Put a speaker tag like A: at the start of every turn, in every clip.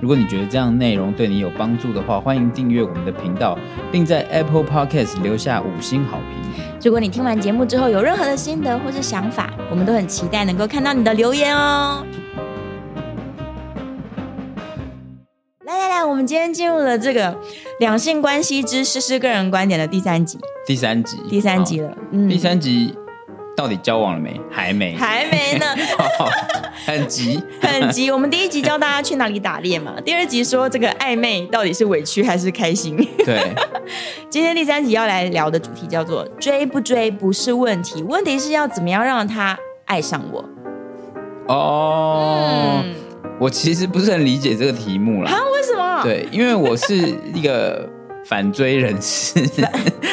A: 如果你觉得这样内容对你有帮助的话，欢迎订阅我们的频道，并在 Apple Podcast 留下五星好评。
B: 如果你听完节目之后有任何的心得或是想法，我们都很期待能够看到你的留言哦。来来来，我们今天进入了这个两性关系之诗诗个人观点的第三集，
A: 第三集，
B: 第三集
A: 哦
B: 了，嗯
A: 第三集到底交往了没？还没，
B: 还没呢，
A: 很急。
B: 很 急。我们第一集教大家去哪里打猎嘛，第二集说这个暧昧到底是委屈还是开心。
A: 对，
B: 今天第三集要来聊的主题叫做“追不追不是问题，问题是要怎么样让他爱上我”。
A: 哦，
B: 嗯，
A: 我其实不是很理解这个题目啦。
B: 啊为什么？
A: 对，因为我是一个反追人士，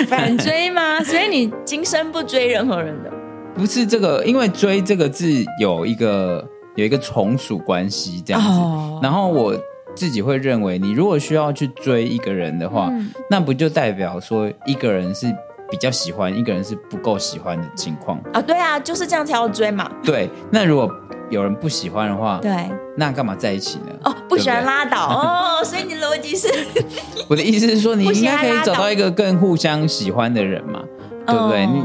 B: 反追吗？所以你今生不追任何人的，
A: 不是这个，因为追这个字有一个有一个从属关系这样子。
B: 哦
A: 然后我自己会认为，你如果需要去追一个人的话，
B: 嗯
A: 那不就代表说一个人是比较喜欢，一个人是不够喜欢的情况。
B: 啊，对啊，就是这样才要追嘛。
A: 对，那如果有人不喜欢的话，
B: 对，
A: 那干嘛在一起呢？
B: 哦，不喜欢
A: 对
B: 拉倒 哦，所以你的逻辑是，
A: 我的意思是说，你
B: 不
A: 应
B: 喜欢
A: 该可以
B: 拉
A: 找
B: 倒
A: 到一个更互相喜欢的人嘛，对不对？
B: 哦
A: 你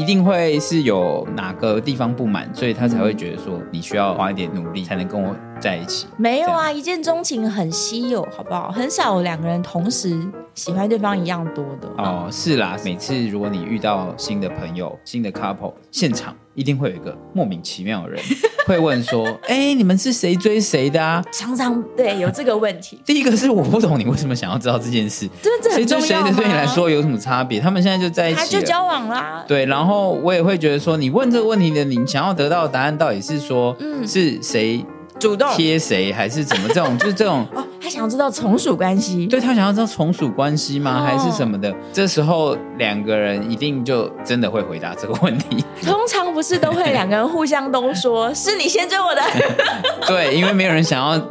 A: 一定会是有哪个地方不满，所以他才
B: 嗯
A: 会觉得说你需要花一点努力才能跟我在一起。
B: 没有啊，一见钟情很稀有，好不好？很少有两个人同时喜欢对方一样多的。
A: 哦，是啦，每次如果你遇到新的朋友、新的 couple，现场一定会有一个莫名其妙的 人会问说：“哎、你们是谁追谁的啊
B: 常常对有这个问题？”，
A: 第一个是我不懂你为什么想要知道这件事，
B: 真的
A: 谁
B: 很
A: 追
B: 重
A: 谁
B: 要
A: 的
B: 吗
A: 对你来，说有什么差别？他们现在就在一
B: 他就
A: 起了。
B: 交往啦。
A: 对，然后我也会觉得说，你问这个问题的，你想要得到的答案到底是说，
B: 嗯
A: 是谁
B: 主动
A: 贴谁，还是怎么这 种，就是这种
B: 哦，他想要知道从属关系。
A: 对他想要知道从属关系吗，
B: 哦
A: 还是什么的？这时候两个人一定就真的会回答这个问题。
B: 通常不是都会两个人互相都说是你先追我的，
A: 对，因为没有人想 要，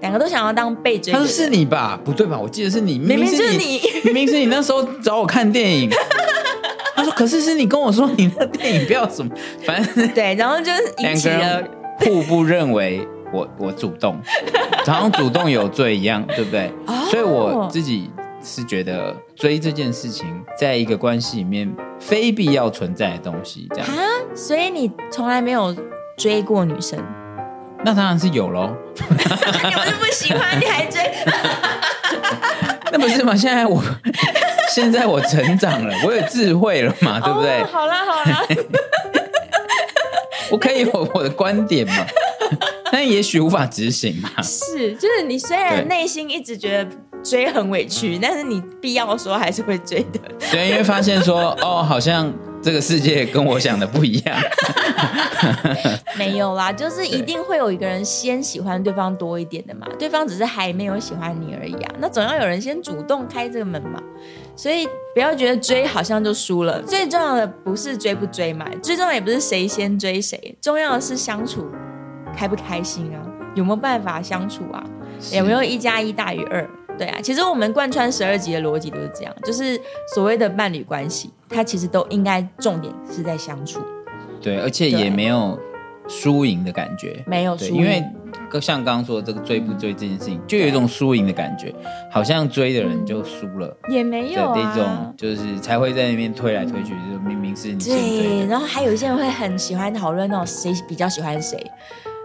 B: 两个都想要当被追
A: 他
B: 的
A: 说
B: 人。
A: 是你吧？不对吧？我记得是你，
B: 明明
A: 是
B: 就是
A: 你，明明是你那时候找我看电影。他说：“可是是你跟我说你那电影不要什么，反正
B: 对，然后就是引
A: 两
B: 起
A: 个
B: 了
A: 人互不认为我我主 动，好像主动有罪一样，对不对？
B: 哦
A: 所以我自己是觉得追这件事情，在一个关系里面非必要存在的东西，这样
B: 啊，所以你从来没有追过女 生，哎
A: 那当然是有喽，
B: 你不是不喜欢你还追？
A: 那不是吗？现 在我现在我成长了，我有智慧了嘛， 对不对
B: 哦？好啦好 啦，
A: 我可以有我的观点 嘛，但也许无法执行嘛。
B: 是，就是你虽然
A: 对
B: 内心一直觉得追很委屈，但是你必要的时候还是会追的。
A: 对，因为发现说，哦，好像这个世界跟我想的不一样。
B: 没有啦，就是一
A: 对
B: 定会有一个人先喜欢对方多一点的嘛，对方只是还没有喜欢你而已啊。那总要有人先主动开这个门嘛，所以不要觉得追好像就输了。最重要的不是追不追嘛，最重要也不是谁先追谁，重要的是相处开不开心啊，有没有办法相处啊，有没有一加一大于二。对啊，其实我们贯穿十二集的逻辑都是这样，就是所谓的伴侣关系，它其实都应该重点是在相处，
A: 对，而且
B: 对
A: 也没有输赢的感觉。
B: 没有输
A: 对，
B: 赢。
A: 因为像刚刚说的这个追不追这件事情，就有一种输赢的感觉，好像追的人就输了。
B: 也没
A: 对，
B: 有啊，
A: 那种就是才会在那边推来推去，就是明明是你先追
B: 对，
A: 的，
B: 然后还有一些人会很喜欢讨论那种谁比较喜欢谁，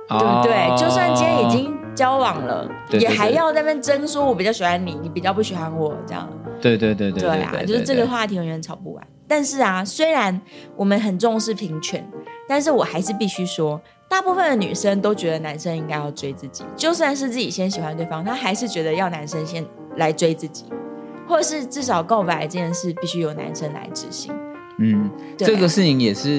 A: 对
B: 对
A: 哦
B: 不对？就算今天已经交往了，
A: 啊对
B: 也
A: 对对
B: 还要在那边争说我比较喜欢你，你比较不喜欢我这样。
A: 对对对对对
B: 啊，就是这个话题永远吵不完。但是啊，虽然我们很重视平权，但是我还是必须说，大部分的女生都觉得男生应该要追自己，就算是自己先喜欢对方，她还是觉得要男生先来追自己，或者是至少告白这件事必须由男生来执行。
A: 嗯，
B: 对啊
A: 这个事情也是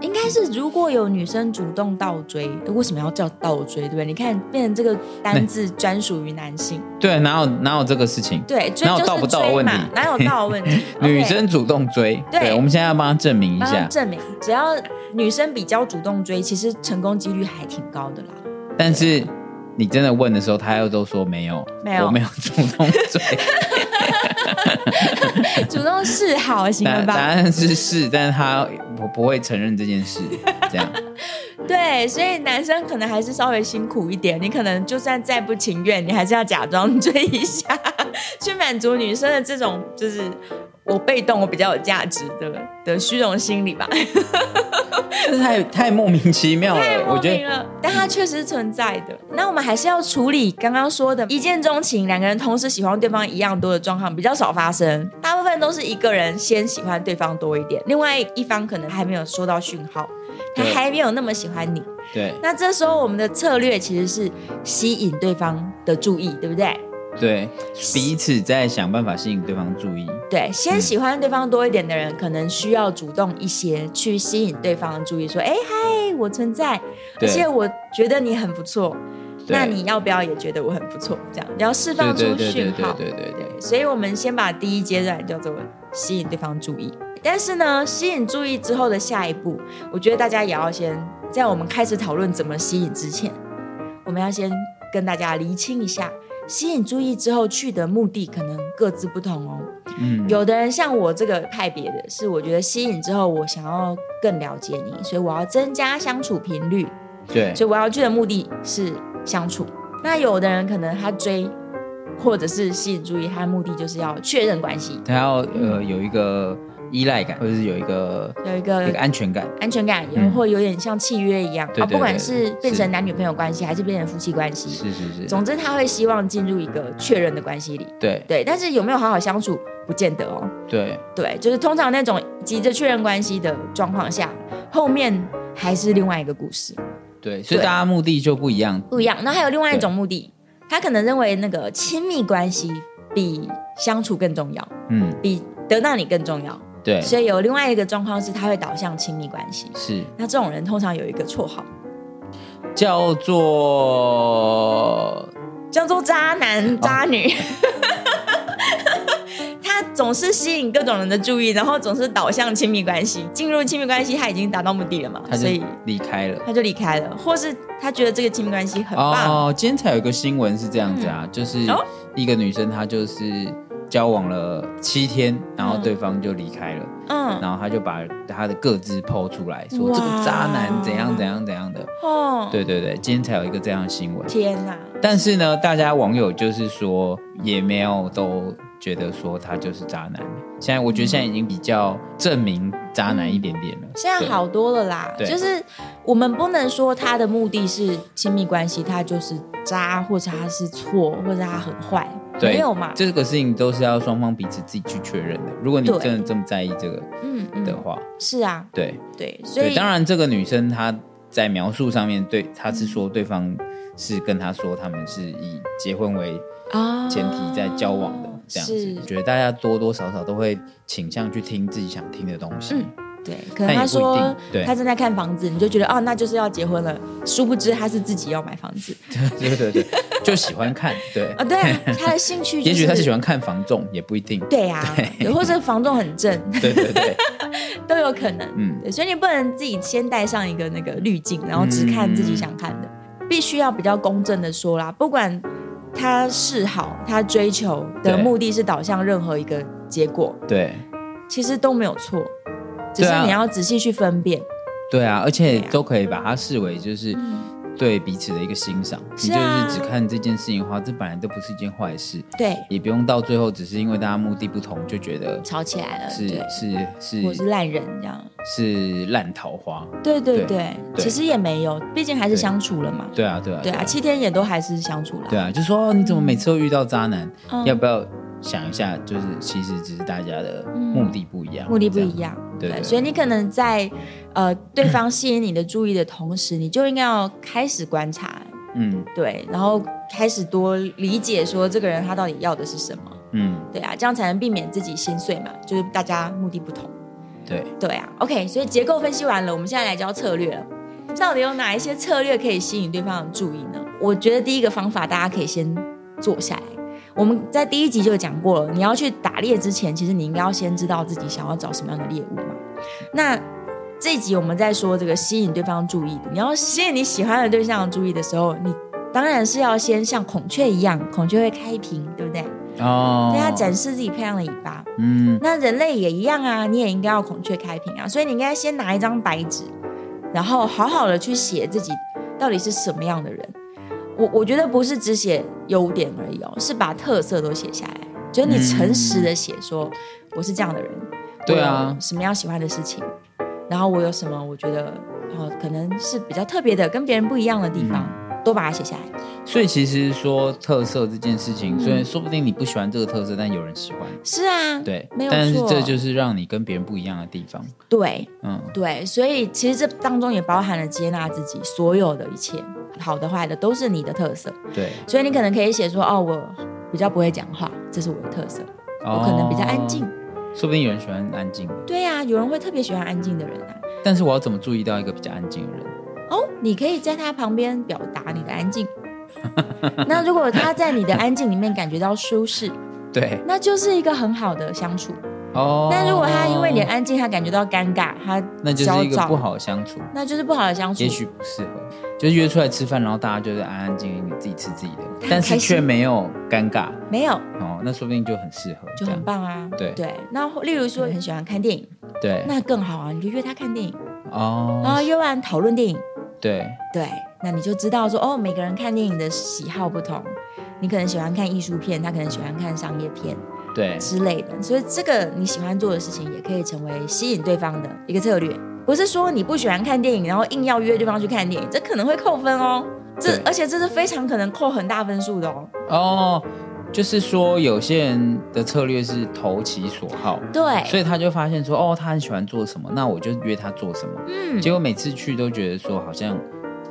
B: 应该是如果有女生主动倒追，为什么要叫倒追？对不对？你看，变成这个单字专属于男性，
A: 对，哪有哪有这个事情？
B: 对，追
A: 哪有
B: 就是
A: 倒不倒的
B: 追
A: 问
B: 嘛
A: 题，？
B: 哪有倒的问 题
A: 女生主动追，
B: 对
A: 我们现在要帮她证明一
B: 帮
A: 下。
B: 证明，只要女生比较主动追，其实成功几率还挺高 的啦。
A: 但是你真的问的时候，他又都说没有，
B: 没有
A: 我没有主动追。
B: 主动示好，行
A: 答
B: 了
A: 答
B: 吧？
A: 案是是，但是他不不会承认这件事，这样。
B: 对，所以男生可能还是稍微辛苦一点，你可能就算再不情愿，你还是要假装追一下， 去满足女生的这种就是我被动，我比较有价值的的虚荣心理吧。
A: 这太太莫名其妙
B: 太
A: 了，
B: 莫
A: 我觉
B: 名
A: 得。
B: 了，但它确实是存在的。那我们还是要处理刚刚说的一见钟情，两个人同时喜欢对方一样多的状况比较少发生，大部分都是一个人先喜欢对方多一点，另外一方可能还没有收到讯号，他
A: 对
B: 还没有那么喜欢你。
A: 对
B: 那这时候我们的策略其实是吸引对方的注意，对不对？
A: 对，彼此在想办法吸引对方注意。
B: 对，先喜欢对方多一点的人，可能需要主动一些，去吸引对方的注意，说：“哎嗨，我存在，而
A: 对
B: 且我觉得你很不错，
A: 对
B: 那你要不要也觉得我很不错？”这样，你要释
A: 对
B: 放
A: 对
B: 出
A: 对对
B: 讯
A: 对
B: 号。
A: 对对对，
B: 对，所以我们先把第一阶段叫做吸引对方注意。但是呢，吸引注意之后的下一步，我觉得大家也要先在我们开始讨论怎么吸引之前，我们要先跟大家厘清一下，吸引注意之后去的目的可能各自不同哦。
A: 嗯，
B: 有的人像我这个派别的是，我觉得吸引之后，我想要更了解你，所以我要增加相处频率，
A: 对
B: 所以我要去的目的是相处。那有的人可能他追或者是吸引注意，他的目的就是要确认关系，
A: 他要呃有一个依赖感，或者是有一个
B: 有一
A: 有一个
B: 个
A: 安全感。
B: 安全感，也
A: 嗯
B: 会有点像契约一样
A: 对
B: 啊，
A: 对
B: 不管
A: 对
B: 是变
A: 是
B: 成男女朋友关系，还是变成夫妻关系，
A: 是是是，
B: 总之他会希望进入一个确认的关系里。
A: 对
B: 对，但是有没有好好相处，不见得哦。
A: 对
B: 对，就是通常那种急着确认关系的状况下，后面还是另外一个故事，
A: 对，所以
B: 对
A: 大家目的就不一样。
B: 不一样。那还有另外一种目的，他可能认为那个亲密关系比相处更重要，
A: 嗯，
B: 比得到你更重要，
A: 对，
B: 所以有另外一个状况是，他会导向亲密关系。
A: 是
B: 那这种人通常有一个绰号，
A: 叫做
B: 叫做渣
A: 哦
B: 男、渣女。 他总是吸引各种人的注意，然后总是导向亲密关系。进入亲密关系，他已经达到目的了嘛，
A: 他就
B: 所以
A: 离开了。
B: 他就离开了，或是他觉得这个亲密关系很棒，
A: 哦，今天才有一个新闻是这样子啊，就是
B: 哦
A: 一个女生她就是交往了七天，然后对方就离开了，
B: 嗯，
A: 然后她就把她的各自剖出来，说
B: 哇
A: 这个渣男怎样怎样怎样的。
B: 哦，
A: 对对对，今天才有一个这样的新闻。
B: 天哪，
A: 但是呢，大家网友就是说也没有都觉得说他就是渣男。现在我觉得现在已经比较证明渣男一点点了。
B: 嗯现在
A: 对
B: 好多了啦。
A: 对
B: 就是我们不能说他的目的是亲密关系，他就是渣，或者他是错，或者他很坏，
A: 对
B: 没有嘛？
A: 这个事情都是要双方彼此自己去确认的。如果你
B: 对
A: 真的这么在意这个
B: 嗯
A: 的
B: 嗯，
A: 话，
B: 是啊，
A: 对
B: 对，所
A: 对，
B: 以
A: 当然这个女生她在描述上面对她是说对方是跟她说他们是以结婚为
B: 啊
A: 前提在交往的这样子，
B: 是，
A: 觉得大家多多少少都会倾向去听自己想听的东西。
B: 嗯对，可
A: 但
B: 能
A: 也
B: 他
A: 不一
B: 说
A: 定对
B: 他正在看房子，你就觉得哦，那就是要结婚了，殊不知他是自己要买房子
A: 对对对，就喜 欢看，对
B: 啊，对啊，他的兴趣、就是，
A: 也许他是喜欢看房仲，也不一定。
B: 对 呀、啊，或者房仲很正
A: 对对对，
B: 都有可能。
A: 嗯，
B: 对，所以你不能自己先带上一个那个滤镜，然后只
A: 嗯
B: 看自己想看的，必须要比较公正的说啦。不管他示好，他追求的
A: 对
B: 目的是导向任何一个结果，
A: 对
B: 其实都没有错，只是
A: 对啊
B: 你要仔细去分辨。
A: 对啊，而且
B: 对啊
A: 都可以把它视为就是对彼此的一个欣赏。你
B: 是
A: 就
B: 啊
A: 是只看这件事情的话，这本来都不是一件坏事，
B: 对，
A: 也不用到最后只是因为大家目的不同就觉得
B: 吵起来了，
A: 是
B: 嗯对，
A: 是
B: 我是
A: 是
B: 烂人这样。
A: 是烂桃花。
B: 对对
A: 对
B: 对，
A: 对
B: 其实也没有，毕竟还是
A: 对
B: 相处了嘛。
A: 对啊对啊
B: 对啊，七天也都还是相处了。
A: 对啊，就说哦你怎么每次都遇到渣男？
B: 嗯
A: 要不要想一下？就是其实只是大家的目的不一样，
B: 嗯目的不
A: 这样
B: 一样，
A: 对对
B: 所以你可能在呃对方吸引你的注意的同时，你就应该要开始观察，
A: 嗯
B: 对，然后开始多理解说这个人他到底要的是什么，
A: 嗯，
B: 对啊，这样才能避免自己心碎嘛，就是大家目的不同，
A: 对，
B: 对啊，OK，所以结构分析完了，我们现在来教策略了。到底有哪一些策略可以吸引对方的注意呢？我觉得第一个方法，大家可以先坐下来。我们在第一集就讲过了，你要去打猎之前，其实你应该要先知道自己想要找什么样的猎物嘛。那这一集我们在说这个吸引对方注意的，你要吸引你喜欢的对象的注意的时候，你当然是要先像孔雀一样，孔雀会开屏，对不对？
A: 哦，
B: 对啊它展示自己漂亮的尾巴。
A: 嗯，
B: 那人类也一样啊，你也应该要孔雀开屏啊，所以你应该先拿一张白纸，然后好好的去写自己到底是什么样的人。我我觉得不是只写优点而已哦，是把特色都写下来，就是你诚实的写说、我是这样的人，
A: 对啊
B: 我有什么样喜欢的事情，然后我有什么我觉得哦可能是比较特别的，跟别人不一样的地方，
A: 嗯
B: 都把它写下来。
A: 所以其实说特色这件事情，
B: 嗯
A: 虽然说不定你不喜欢这个特色，但有人喜欢，
B: 是啊，
A: 对，
B: 没有
A: 但是
B: 错
A: 这就是让你跟别人不一样的地方，
B: 对，
A: 嗯，
B: 对，所以其实这当中也包含了接纳自己所有的一切，好的坏的都是你的特色。
A: 对，
B: 所以你可能可以写说，哦，我比较不会讲话，这是我的特色。我
A: 哦
B: 可能比较安静。，
A: 说不定有人喜欢安静的，
B: 对呀、有人会特别喜欢安静的人啊。
A: 但是我要怎么注意到一个比较安静的人？
B: 哦，你可以在他旁边表达你的安 静。那如果他在你的安静里面感觉到舒适，
A: 对，
B: 那就是一个很好的相处。
A: 哦，
B: 但如果他因为你的安静，他感觉到尴尬，他
A: 那就是
B: 焦
A: 一个
B: 躁，
A: 不好的相处，
B: 那就是不好的相处
A: 也。许不适合，就是约出来吃饭，然后大家就是安安静静地自己吃自己的，但
B: 开
A: 是
B: 心
A: 却没有尴尬
B: 没有，
A: 哦，那说不定就很适合，
B: 就
A: 这
B: 很
A: 样，
B: 棒啊。
A: 对
B: 对，那例如说你很喜欢看电影，
A: 对，
B: 那更好啊，你就约他看电影，然
A: 哦，
B: 后约完讨论电影，
A: 对，
B: 对，那你就知道说哦，每个人看电影的喜好不同，你可能喜欢看艺术片，他可能喜欢看商业片
A: 对，
B: 之类的，所以这个你喜欢做的事情也可以成为吸引对方的一个策略，不是说你不喜欢看电影，然后硬要约对方去看电影，这可能会扣分哦。这
A: 对
B: 而且这是非常可能扣很大分数的哦。
A: 哦，就是说有些人的策略是投其所好，
B: 对，
A: 所以他就发现说，哦，他很喜欢做什么，那我就约他做什么。
B: 嗯，
A: 结果每次去都觉得说，好像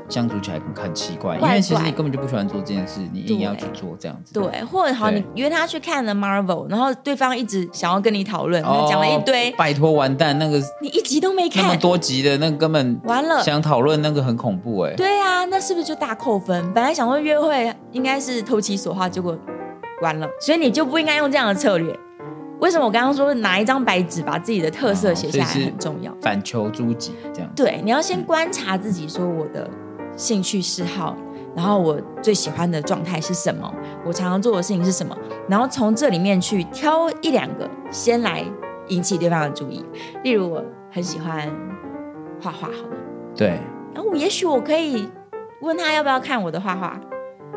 A: 相处起来很很奇怪，
B: 怪
A: 因为其实
B: 怪
A: 你根本就不喜欢做这件事，你硬要去
B: 对
A: 做这样子。
B: 对，或者好，
A: 对
B: 你约他去看了 Marvel，然后对方一直想要跟你讨论，
A: 哦，
B: 他讲了一堆，
A: 拜托完蛋，那个
B: 你一集都没
A: 那么
B: 看，
A: 多集的，那个根本
B: 完了。
A: 想讨论那个很恐怖哎、
B: 对啊，那是不是就大扣分？本来想说约会应该是投其所好，结果完了，所以你就不应该用这样的策略。为什么我刚刚说拿一张白纸把自己的特色写下来
A: 哦所以是
B: 很重要？
A: 反求诸己这样。
B: 对，你要先观察自己，说我的兴趣嗜好，然后我最喜欢的状态是什么，我常常做的事情是什么，然后从这里面去挑一两个先来引起对方的注意。例如，我很喜欢画画，好了，
A: 对，
B: 然后我也许我可以问他要不要看我的画画。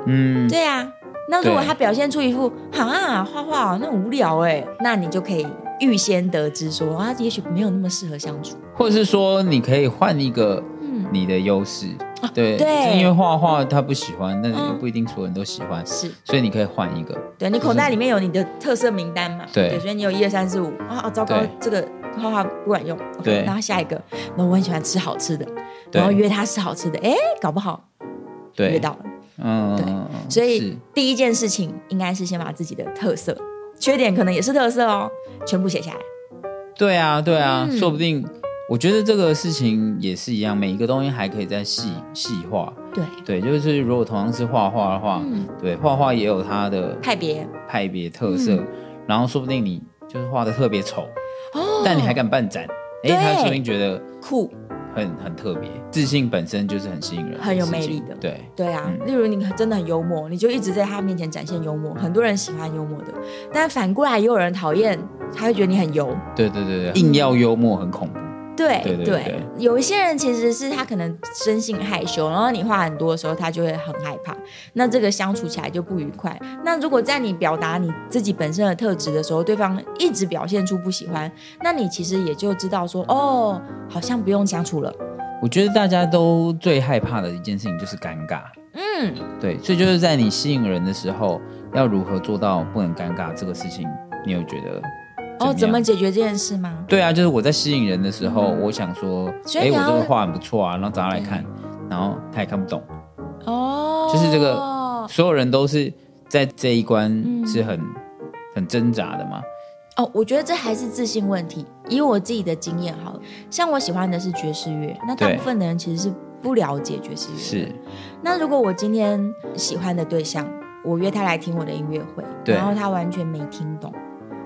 A: 嗯，
B: 对啊，那如果
A: 对
B: 他表现出一副啊画画哦那很无聊哎，那你就可以预先得知说啊，也许没有那么适合相处。
A: 或者是说你可以换一个
B: 嗯，
A: 你的优势，对，
B: 啊对
A: 是因为画画他不喜欢，但是又
B: 嗯
A: 不一定所有人都喜欢，
B: 是
A: 所以你可以换一个。
B: 对你口袋里面有你的特色名单嘛？
A: 对
B: 所以你有一二三四五啊，哦糟糕
A: 对，
B: 这个画画不管用。OK，
A: 对
B: 然后下一个，那我很喜欢吃好吃的，
A: 对
B: 然后约他吃好吃的，哎，搞不好约
A: 对，
B: 到了。
A: 嗯，
B: 对
A: 嗯嗯
B: 所以
A: 是
B: 第一件事情应该是先把自己的特色、缺点，可能也是特色哦，全部写下来。
A: 对啊，对啊，
B: 嗯
A: 说不定我觉得这个事情也是一样，每一个东西还可以再细细化。
B: 对，
A: 对，就是如果同样是画画的话，
B: 嗯
A: 对，画画也有它的
B: 派别
A: 派别特色，
B: 嗯
A: 然后说不定你就是画的特别丑，
B: 哦，
A: 但你还敢办展，哎，
B: 对
A: 他说不定觉得
B: 酷。
A: 很很特别。自信本身就是很吸引人，
B: 很有魅力的
A: 对，
B: 对啊，
A: 嗯
B: 例如你真的很幽默，你就一直在他面前展现幽默，很多人喜欢幽默的，但反过来也有人讨厌，他会觉得你很油。
A: 对对对对，硬要幽默很恐怖。
B: 对
A: 对对对
B: 有一些人其实是他可能生性害羞，然后你话很多的时候，他就会很害怕，那这个相处起来就不愉快。那如果在你表达你自己本身的特质的时候，对方一直表现出不喜欢，那你其实也就知道说，哦，好像不用相处了。
A: 我觉得大家都最害怕的一件事情就是尴尬。
B: 嗯，
A: 对，所以就是在你吸引人的时候，要如何做到不能尴尬这个事情，你有觉得？
B: 哦，怎么
A: 样？
B: 解决这件事吗？
A: 对啊，就是我在吸引人的时候，
B: 嗯
A: 我想说，
B: 所以
A: 哎，
B: 你
A: 我
B: 要
A: 这个画很不错啊，然后找他来看，然后他也看不懂，
B: 哦，
A: 就是这个所有人都是在这一关
B: 嗯
A: 是很、很挣扎的嘛。
B: 哦，我觉得这还是自信问题。以我自己的经验，好了，像我喜欢的是爵士乐，那大
A: 对
B: 部分的人其实是不了解爵士乐的。
A: 是
B: 那如果我今天喜欢的对象，我约他来听我的音乐会，
A: 对
B: 然后他完全没听懂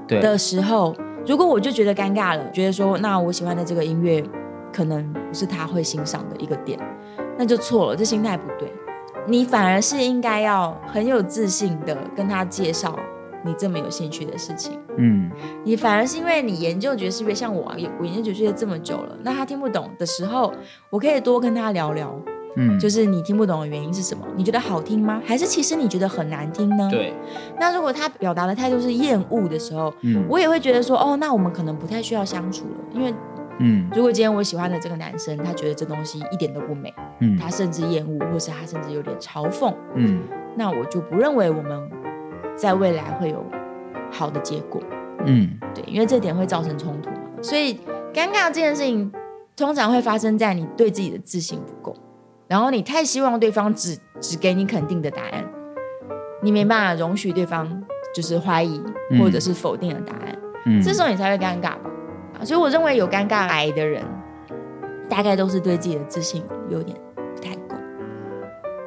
A: 对
B: 的时候，如果我就觉得尴尬了，觉得说那我喜欢的这个音乐可能不是他会欣赏的一个点，那就错了，这心态不对。你反而是应该要很有自信的跟他介绍你这么有兴趣的事情。
A: 嗯，
B: 你反而是因为你研究爵士乐，像我啊，我研究爵士乐这么久了，那他听不懂的时候，我可以多跟他聊聊，
A: 嗯，
B: 就是你听不懂的原因是什么？你觉得好听吗？还是其实你觉得很难听呢？。
A: 对，
B: 那如果他表达的态度是厌恶的时候，
A: 嗯
B: 我也会觉得说，哦，那我们可能不太需要相处了，因为
A: 嗯
B: 如果今天我喜欢的这个男生，他觉得这东西一点都不美，
A: 嗯
B: 他甚至厌恶，或是他甚至有点嘲讽，
A: 嗯
B: 那我就不认为我们在未来会有好的结果。
A: 嗯，
B: 对，因为这点会造成冲突嘛。所以尴尬这件事情，通常会发生在你对自己的自信不够，然后你太希望对方只只给你肯定的答案，你没办法容许对方就是怀疑
A: 嗯
B: 或者是否定的答案，
A: 嗯
B: 这时候你才会尴尬吧。啊所以我认为有尴尬癌的人，大概都是对自己的自信有点不太够。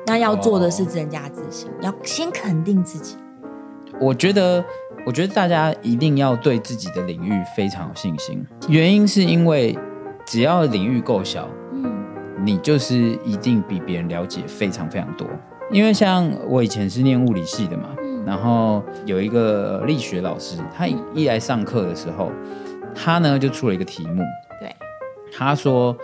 B: 那要做的是
A: 哦
B: 增加自信，要先肯定自己。
A: 我觉得，我觉得大家一定要对自己的领域非常有信心，原因是因为只要领域够小，
B: 嗯
A: 你就是一定比别人了解非常非常多。因为像我以前是念物理系的嘛，
B: 嗯
A: 然后有一个呃力学老师，他一一来上课的时候，他呢就出了一个题目，
B: 对，
A: 他说，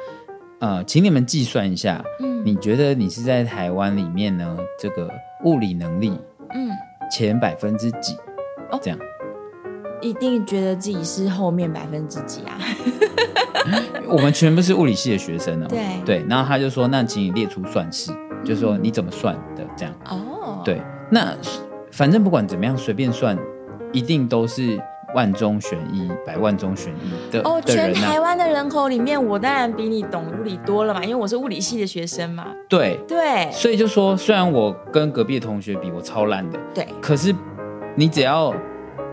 A: 呃，请你们计算一下，
B: 嗯
A: 你觉得你是在台湾里面呢，这个物理能力
B: 嗯。
A: 前百分之 几？
B: 哦
A: 这样，
B: 一定觉得自己是后面百分之几啊？
A: 我们全部是物理系的学生哦。
B: 对
A: 对，然后他就说，那请你列出算式，就说你怎么算的这样。
B: 哦，，
A: 对，那反正不管怎么样，随便算，一定都是万中选一、百万中选一的、
B: 哦，
A: 的
B: 全
A: 人啊呐、
B: 台湾的人口里面，我当然比你懂物理多了嘛，因为我是物理系的学生嘛。
A: 对，
B: 对，
A: 所以就说，虽然我跟隔壁的同学比，我超烂的，
B: 对，
A: 可是你只要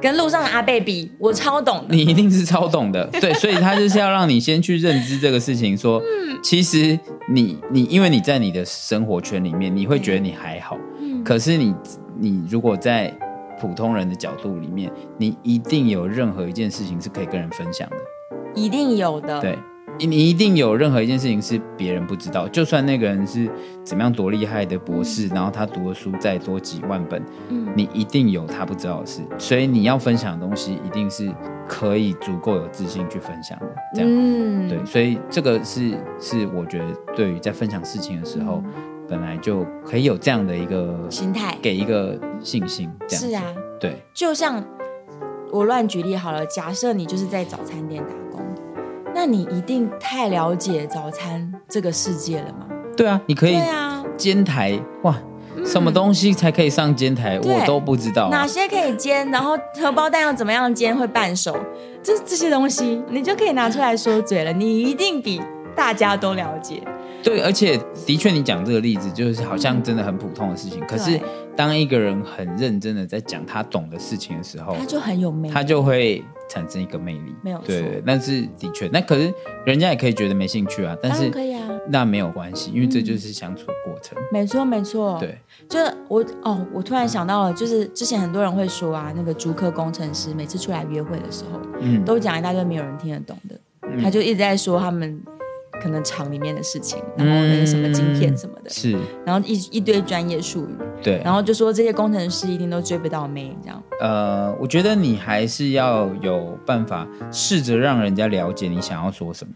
B: 跟路上的阿贝比，我超懂的。
A: 你一定是超懂的，对，所以他就是要让你先去认知这个事情，说，其实你你因为你在你的生活圈里面，你会觉得你还好，
B: 嗯
A: 可是你你如果在普通人的角度里面，你一定有任何一件事情是可以跟人分享的，
B: 一定有的。，
A: 对。你你一定有任何一件事情是别人不知道，就算那个人是怎么样多厉害的博士，然后他读的书再多几万本，
B: 嗯，
A: 你一定有他不知道的事，所以你要分享的东西一定是可以足够有自信去分享的。这样、
B: 嗯
A: 对，，所以这个是是我觉得对于在分享事情的时候，本来就可以有这样的一个
B: 心态
A: 给一个信心。这样
B: 是啊，
A: 对，
B: 就像我乱举例好了，假设你就是在早餐店打工，那你一定太了解早餐这个世界了嘛？
A: 对啊，你可以
B: 对啊，嗯
A: 煎台哇，什么东西才可以上煎台，
B: 对
A: 我都不知道啊、
B: 哪些可以煎，然后荷包蛋要怎么样煎会半熟，这这些东西你就可以拿出来说嘴了。你一定比大家都了解。
A: 对，而且的确，你讲这个例子就是好像真的很普通的事情，可是
B: 对
A: 当一个人很认真的在讲他懂的事情的时候
B: 他，就很有魅力
A: 他。就会产生一个魅力，
B: 没有错
A: 对，但是的确，那可是人家也可以觉得没兴趣啊，但
B: 当然
A: 是
B: 可以啊，
A: 那没有关系，因为这就是相处的过程。
B: 没错没错。，
A: 对，嗯
B: 就是我哦，我突然想到了，就是之前很多人会说啊，那个竹科工程师每次出来约会的时候，
A: 嗯，
B: 都讲一大堆没有人听得懂的，他就一直在说他们可能厂里面的事情，
A: 嗯
B: 然后那个什么晶片什么的，
A: 是，
B: 然后一一堆专业术语，
A: 对，
B: 然后就说这些工程师一定都追不到妹这样。
A: 呃，我觉得你还是要有办法试着让人家了解你想要说什么。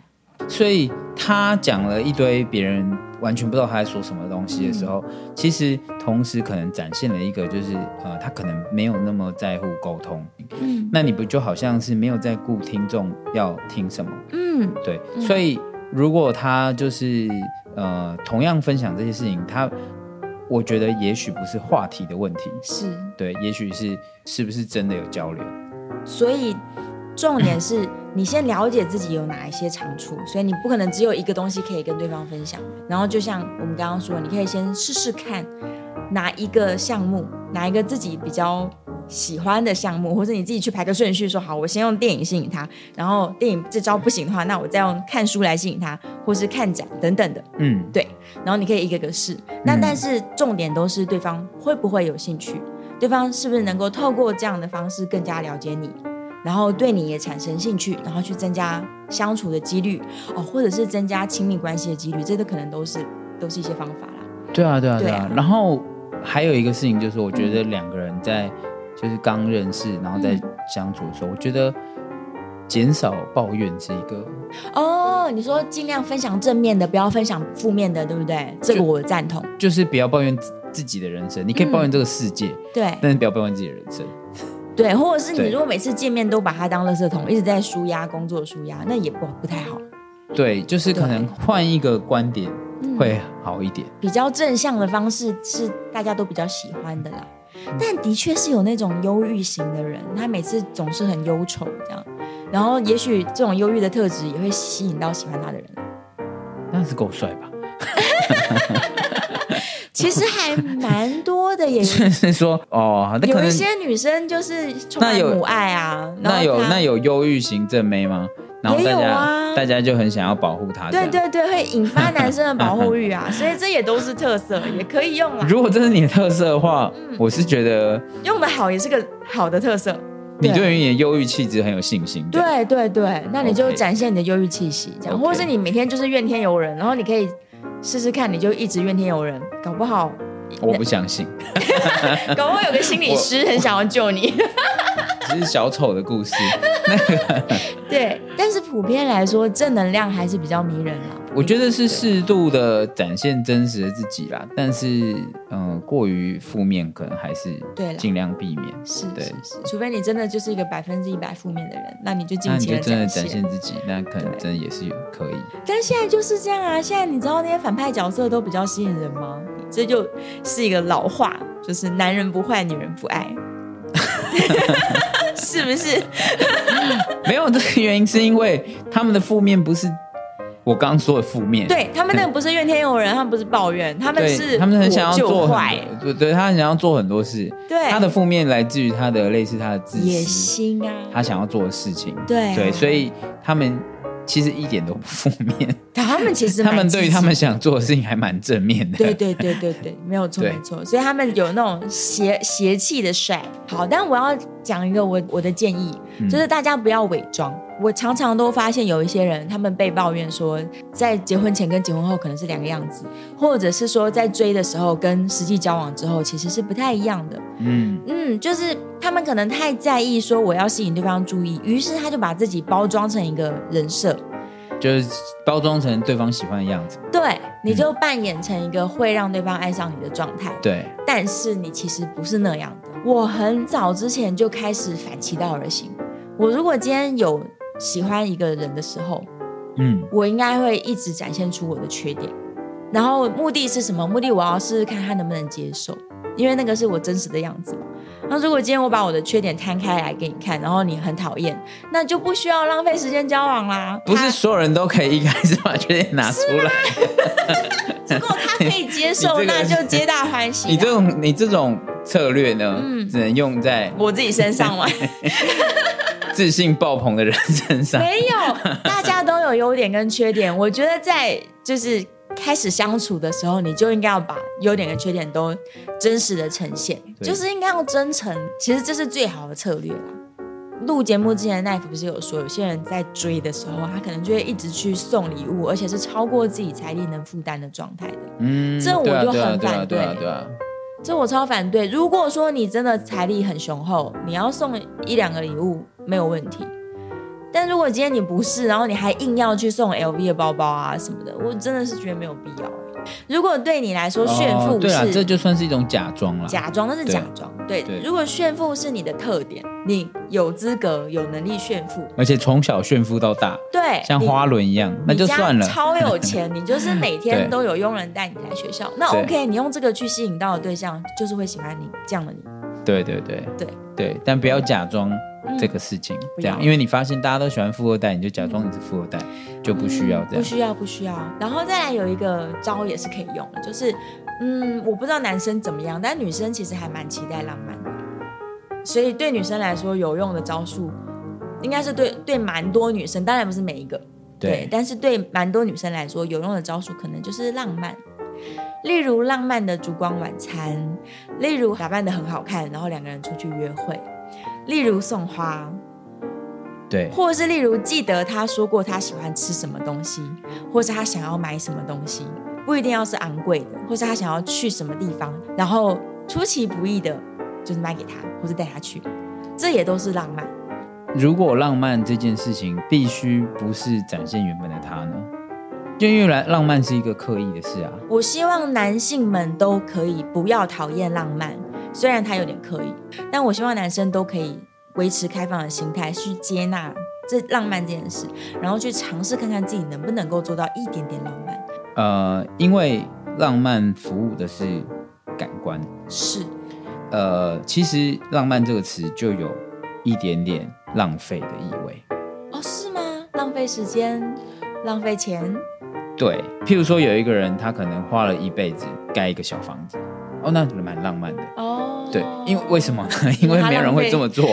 A: 所以他讲了一堆别人完全不知道他在说什么的东西的时候，其实同时可能展现了一个就是呃，他可能没有那么在乎沟通。
B: 嗯
A: 那你不就好像是没有在顾听众要听什么？
B: 嗯，
A: 对，所以如果他就是呃，同样分享这些事情，他我觉得也许不是话题的问题，
B: 是，
A: 对，也许是是不是真的有交流。
B: 所以重点是你先了解自己有哪一些长处，所以你不可能只有一个东西可以跟对方分享。然后就像我们刚刚说，你可以先试试看哪一个项目，哪一个自己比较喜欢的项目，或者你自己去排个顺序说，好，我先用电影吸引他，然后电影这招不行的话，那我再用看书来吸引他，或是看展等等的。
A: 嗯，
B: 对，然后你可以一个个试。那但是重点都是对方会不会有兴趣，对方是不是能够透过这样的方式更加了解你，然后对你也产生兴趣，然后去增加相处的几率哦，或者是增加亲密关系的几率，这个可能都是都是一些方法啦。
A: 对啊，对啊，对
B: 对
A: 啊
B: 啊。
A: 然后还有一个事情就是，我觉得两个人在就是刚认识，然后在
B: 嗯
A: 相处的时候，我觉得减少抱怨是一个，
B: 哦，你说尽量分享正面的，不要分享负面的，对不对？这个
A: 就
B: 我赞同。
A: 就是不要抱怨自自己的人生，你可以抱
B: 嗯
A: 怨这个世界，
B: 对
A: 但是不要抱怨自己的人生。
B: 对，或者是
A: 对
B: 你如果每次见面都把它当垃圾桶，一直在舒压工作舒压，那也不不太好。
A: 对，就是可能换一个观点
B: 嗯
A: 会好一点。
B: 比较正向的方式是大家都比较喜欢的啦。但的确是有那种忧郁型的人，他每次总是很忧愁这样，然后也许这种忧郁的特质也会吸引到喜欢他的人。
A: 那是够帅吧？
B: 其实还蛮多的耶，
A: 就是说，哦， 那可
B: 有一
A: 能
B: 些女生就是充
A: 那
B: 满
A: 有
B: 母爱啊，然后
A: 那有
B: 她
A: 那有忧郁型正妹吗？然后
B: 也
A: 大
B: 有
A: 家、
B: 啊
A: 大家就很想要保护她。
B: 对
A: 这样。
B: 对对，会引发男生的保护欲 啊，所以这也都是特色，也可以用啦，啊
A: 如果这是你的特色的话，
B: 嗯
A: 我是觉得
B: 用的好也是个好的特色。
A: 你
B: 对
A: 对于你的忧郁气质很有信心。这样，
B: 对对对，那你就
A: OK
B: 展现你的忧郁气息，这样
A: OK
B: 或者是你每天就是怨天尤人，然后你可以试试看，你就一直怨天尤人，搞不好，
A: 我不相信，
B: 搞不好有个心理师很想要救你。
A: 只是小丑的故事。
B: 对，但是普遍来说，正能量还是比较迷人啦。
A: 我觉得是适度的展现真实的自己啦，但是嗯、呃过于负面可能还是
B: 对啦
A: 尽量避免。
B: 是
A: 对
B: 是是，除非你真的就是一个百分之一百负面的人，那你就
A: 那
B: 尽
A: 你
B: 情
A: 就
B: 的
A: 真的
B: 展
A: 展
B: 现。
A: 现自己，那可能
B: 对
A: 真的也是有可以。
B: 但现在就是这样啊！现在你知道那些反派角色都比较吸引人吗？这就是一个老话，就是男人不坏，女人不 爱，是不是？
A: 没有这个原因是因为他们的负面不是我刚刚说的负面，
B: 对他们那个不是怨天尤人，他们不是抱怨，他们
A: 对，
B: 是
A: 他们很想要
B: 我
A: 做
B: 就
A: 很
B: 坏，
A: 多，对对，他很想要做很多事。
B: 对
A: 他的负面来自于他的类似他的自
B: 野
A: 私，
B: 心啊，
A: 他想要做的事情。
B: 对啊
A: 对，所以他们其实一点都不负面，
B: 他们其实
A: 他
B: 蛮
A: 们对于
B: 积极
A: 他们想做的事情还蛮正面的。
B: 对对对对对，嗯没有错
A: 对
B: 没错，所以他们有那种邪邪气的帅。好，但我要讲一个我我的建议，就是大家不要伪装。我常常都发现有一些人，他们被抱怨说，在结婚前跟结婚后可能是两个样子，或者是说在追的时候跟实际交往之后其实是不太一样的。
A: 嗯，
B: 嗯，就是他们可能太在意说我要吸引对方注意，于是他就把自己包装成一个人设，
A: 就是包装成对方喜欢的样子。
B: 对，你就扮演成一个会让对方爱上你的状态。
A: 对，
B: 但是你其实不是那样的。我很早之前就开始反其道而行。我如果今天有喜欢一个人的时候，
A: 嗯，
B: 我应该会一直展现出我的缺点，然后目的是什么？目的我要试试看他能不能接受，因为那个是我真实的样子嘛。那如果今天我把我的缺点摊开来给你看，然后你很讨厌，那就不需要浪费时间交往啦。
A: 不是
B: 他
A: 所有人都可以一开始把缺点拿出来。
B: 如果他可以接受，
A: 你这个
B: 那就皆大欢喜啦。
A: 你这种你这种策略呢，
B: 啊嗯
A: 只能用在
B: 我自己身上玩。
A: 自信爆棚的人身上。
B: 没有，大家都有优点跟缺点。我觉得在就是开始相处的时候，你就应该要把优点跟缺点都真实的呈现，
A: 对
B: 就是应该要真诚。其实这是最好的策略啦。录节目之前奈 i 不是有说，有些人在追的时候，他可能就会一直去送礼物，而且是超过自己财力能负担的状态的。
A: 嗯，
B: 这我
A: 对啊
B: 就
A: 对啊
B: 很
A: 对啊
B: 反
A: 对啊
B: 对
A: 对啊，
B: 这我超反对。如果说你真的财力很雄厚，你要送一两个礼物没有问题。但如果今天你不是，然后你还硬要去送 LV 的包包啊什么的，我真的是觉得没有必要欸、如果对你来说炫
A: 哦
B: 富
A: 对啊，这
B: 是
A: 就算是一种假装啦。
B: 假装，那是假装。对，
A: 对
B: 如果炫富是你的特点，你有资格、有能力炫富，
A: 而且从小炫富到大，
B: 对，
A: 像
B: 你
A: 花轮一样，那就算了
B: 你家。超有 钱，你就是每
A: 对
B: 天都有佣人带你来学校，那
A: 对
B: OK，你用这个去吸引到的对象，就是会喜欢你这样的你。
A: 对对对
B: 对嗯
A: 对，但不要假装这个事情，
B: 不
A: 这样，
B: 要
A: 因为你发现大家都喜欢富二代，你就假装你是富二代，就不需要这
B: 不
A: 样。
B: 需要，不需要。然后再来有一个招也是可以用的，就是，嗯，我不知道男生怎么样，但女生其实还蛮期待浪漫的。所以对女生来说有用的招数，应该是对对蛮多女生，当然不是每一个，
A: 对，
B: 但是对蛮多女生来说有用的招数，可能就是浪漫。例如浪漫的烛光晚餐，例如打扮的很好看，然后两个人出去约会，例如送花，
A: 对，
B: 或者是例如记得他说过他喜欢吃什么东西，或是他想要买什么东西，不一定要是昂贵的，或是他想要去什么地方，然后出其不意的，就是买给他或者带他去，这也都是浪漫。
A: 如果浪漫这件事情必须不是展现原本的他呢？就因为来浪漫是一个刻意的事啊，
B: 我希望男性们都可以不要讨厌浪漫，虽然它有点刻意，但我希望男生都可以维持开放的心态去接纳这浪漫这件事，然后去尝试看看自己能不能够做到一点点浪漫。
A: 呃，因为浪漫服务的是感官，
B: 是，
A: 呃，其实浪漫这个词就有一点点浪费的意味。
B: 哦，是吗？浪费时间，浪费钱，
A: 对，譬如说有一个人，他可能花了一辈子盖一个小房子，哦，那蛮浪漫的。
B: 哦，
A: 对，因为为什么呢？ 因为没有人会这么 做。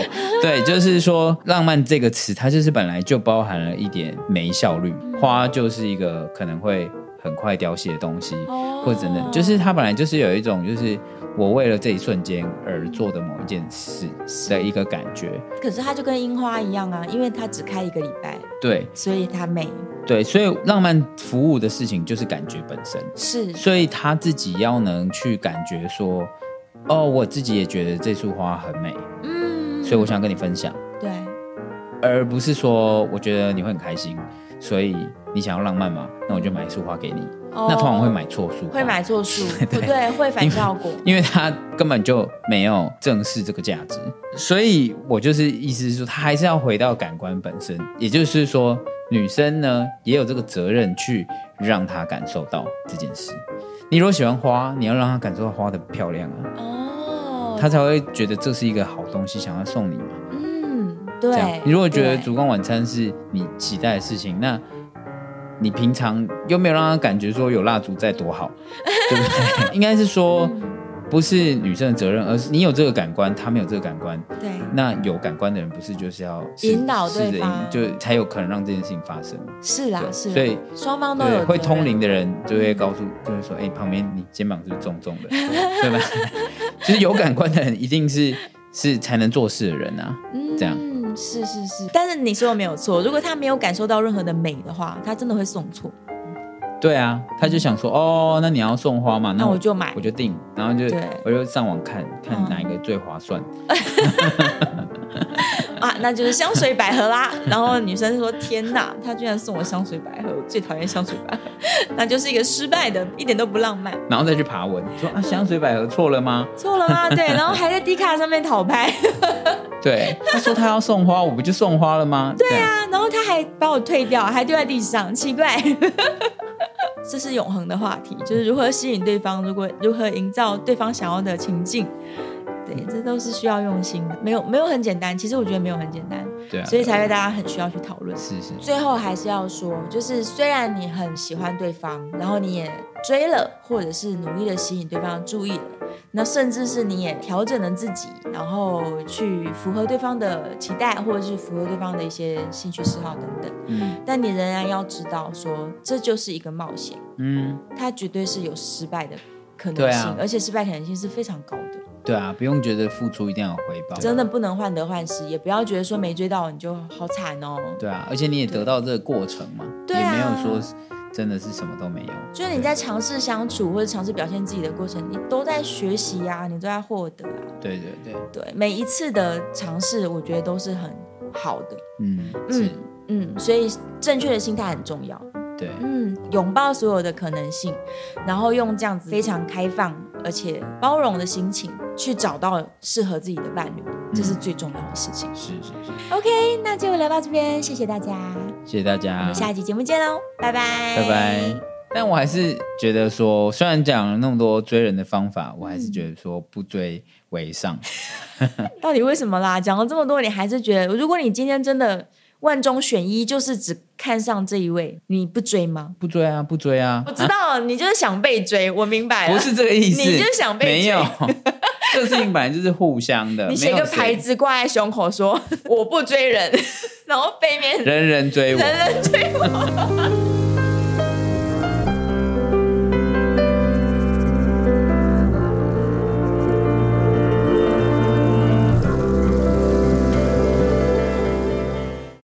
A: 对，就是说“浪漫”这个词，它就是本来就包含了一点没效率。花就是一个可能会很快凋谢的东西，
B: 哦
A: 或者等等，就是它本来就是有一种就是我为了这一瞬间而做的某一件事的一个感觉。
B: 可是它就跟樱花一样啊，因为它只开一个礼拜，
A: 对
B: 所以它美
A: 对，所以浪漫服务的事情就是感觉本身。
B: 是
A: 所以他自己要能去感觉说，哦，我自己也觉得这束花很美，
B: 嗯，
A: 所以我想跟你分享，
B: 对，
A: 而不是说我觉得你会很开心，所以你想要浪漫嘛，那我就买一束花给你。
B: 哦
A: 那通常会买错束花，
B: 会买错 数，不对，会反效果。
A: 因为他根本就没有正视这个价值，所以我就是意思是说，他还是要回到感官本身，也就是说，女生呢也有这个责任去让她感受到这件事。你如果喜欢花，你要让她感受到花的漂亮啊，
B: 哦，
A: 她才会觉得这是一个好东西，想要送你嘛。
B: 嗯，
A: 这样
B: 对，。
A: 你如果觉
B: 对
A: 得烛光晚餐是你期待的事情，那你平常又没有让他感觉说有蜡烛在 多好，对不对？应该是说不是女生的责任，而是你有这个感官，他没有这个感官。
B: 对
A: 那有感官的人不是就是要试
B: 引导
A: 试着
B: 对
A: 引
B: 方
A: 就才有可能让这件事情发生。
B: 是啦是啦，
A: 所以
B: 双方都
A: 对，
B: 有
A: 会
B: 责
A: 通
B: 任嗯
A: 灵的人就会告诉，就是说，哎、旁边你肩膀是不是重重的， 对吧？就是有感官的人一定是是才能做事的人啊。
B: 嗯，
A: 这样
B: 是是是。但是你说的没有错，如果他没有感受到任何的美的话，他真的会送错。
A: 对啊，他就想说，哦，那你要送花嘛？
B: 嗯那
A: 我
B: 我就买
A: 我就订，然后就
B: 对
A: 我就上网看看
B: 嗯
A: 哪一个最划算。
B: 啊，那就是香水百合啦。然后女生说：“天哪，他居然送我香水百合，我最讨厌香水百合，那就是一个失败的，一点都不浪漫，
A: 然后再去爬文，说
B: 嗯
A: 啊，香水百合错了吗？
B: 错了吗？对，然后还在 D 卡上面讨拍
A: 对，他说他要送花，我不就送花了吗？对啊，
B: 啊，然后他还把我退掉，还丢在地上，奇怪。 这是永恒的话题，就是如何吸引对方，如果如何营造对方想要的情境，对，这都是需要用心的，没有没有很简单，其实我觉得没有很简单，
A: 对啊，
B: 所以才会大家很需要去讨论。
A: 是是，
B: 最后还是要说，就是虽然你很喜欢对方，然后你也追了，或者是努力的吸引对方的注意了，那甚至是你也调整了自己，然后去符合对方的期待，或者是符合对方的一些兴趣嗜好等等，
A: 嗯
B: 但你仍然要知道说，这就是一个冒险，
A: 嗯，
B: 它绝对是有失败的可能
A: 对
B: 性，
A: 啊
B: 而且失败可能性是非常高的。
A: 对啊啊，不用觉得付出一定要有回报，
B: 真的不能患得患失，也不要觉得说没追到你就好惨哦。
A: 对啊，而且你也得到这个过程嘛，
B: 对啊
A: 也没有说是真的是什么都没有，
B: 就是你在尝试相处或者尝试表现自己的过程，你都在学习呀、你都在获得啊。
A: 对对对，
B: 对，每一次的尝试，我觉得都是很好的。
A: 嗯是
B: 嗯，嗯，所以正确的心态很重要。
A: 对，
B: 嗯，拥抱所有的可能性，然后用这样子非常开放而且包容的心情去找到适合自己的伴侣，这
A: 嗯
B: 是最重要的事情。
A: 是是是，
B: OK，那就聊到这边，谢谢大家，
A: 谢谢大
B: 我
A: 家，
B: 们下一期节目见喽，拜拜，
A: 拜拜。但我还是觉得说，虽然讲了那么多追人的方法，
B: 嗯
A: 我还是觉得说不追为上。
B: 到底为什么啦？讲了这么多，你还是觉得，如果你今天真的万中选一，就是只看上这一位，你不追吗？
A: 不追啊，不追啊
B: 我，知道、你就是想被追，我明白了。
A: 不是这个意思，
B: 你就想被追
A: 没有，这个事情本来就是互相的，
B: 你写
A: 没
B: 个
A: 有谁
B: 牌，子挂在胸 口说 我不追人，然后背面
A: 人人追我。
B: 人人追我。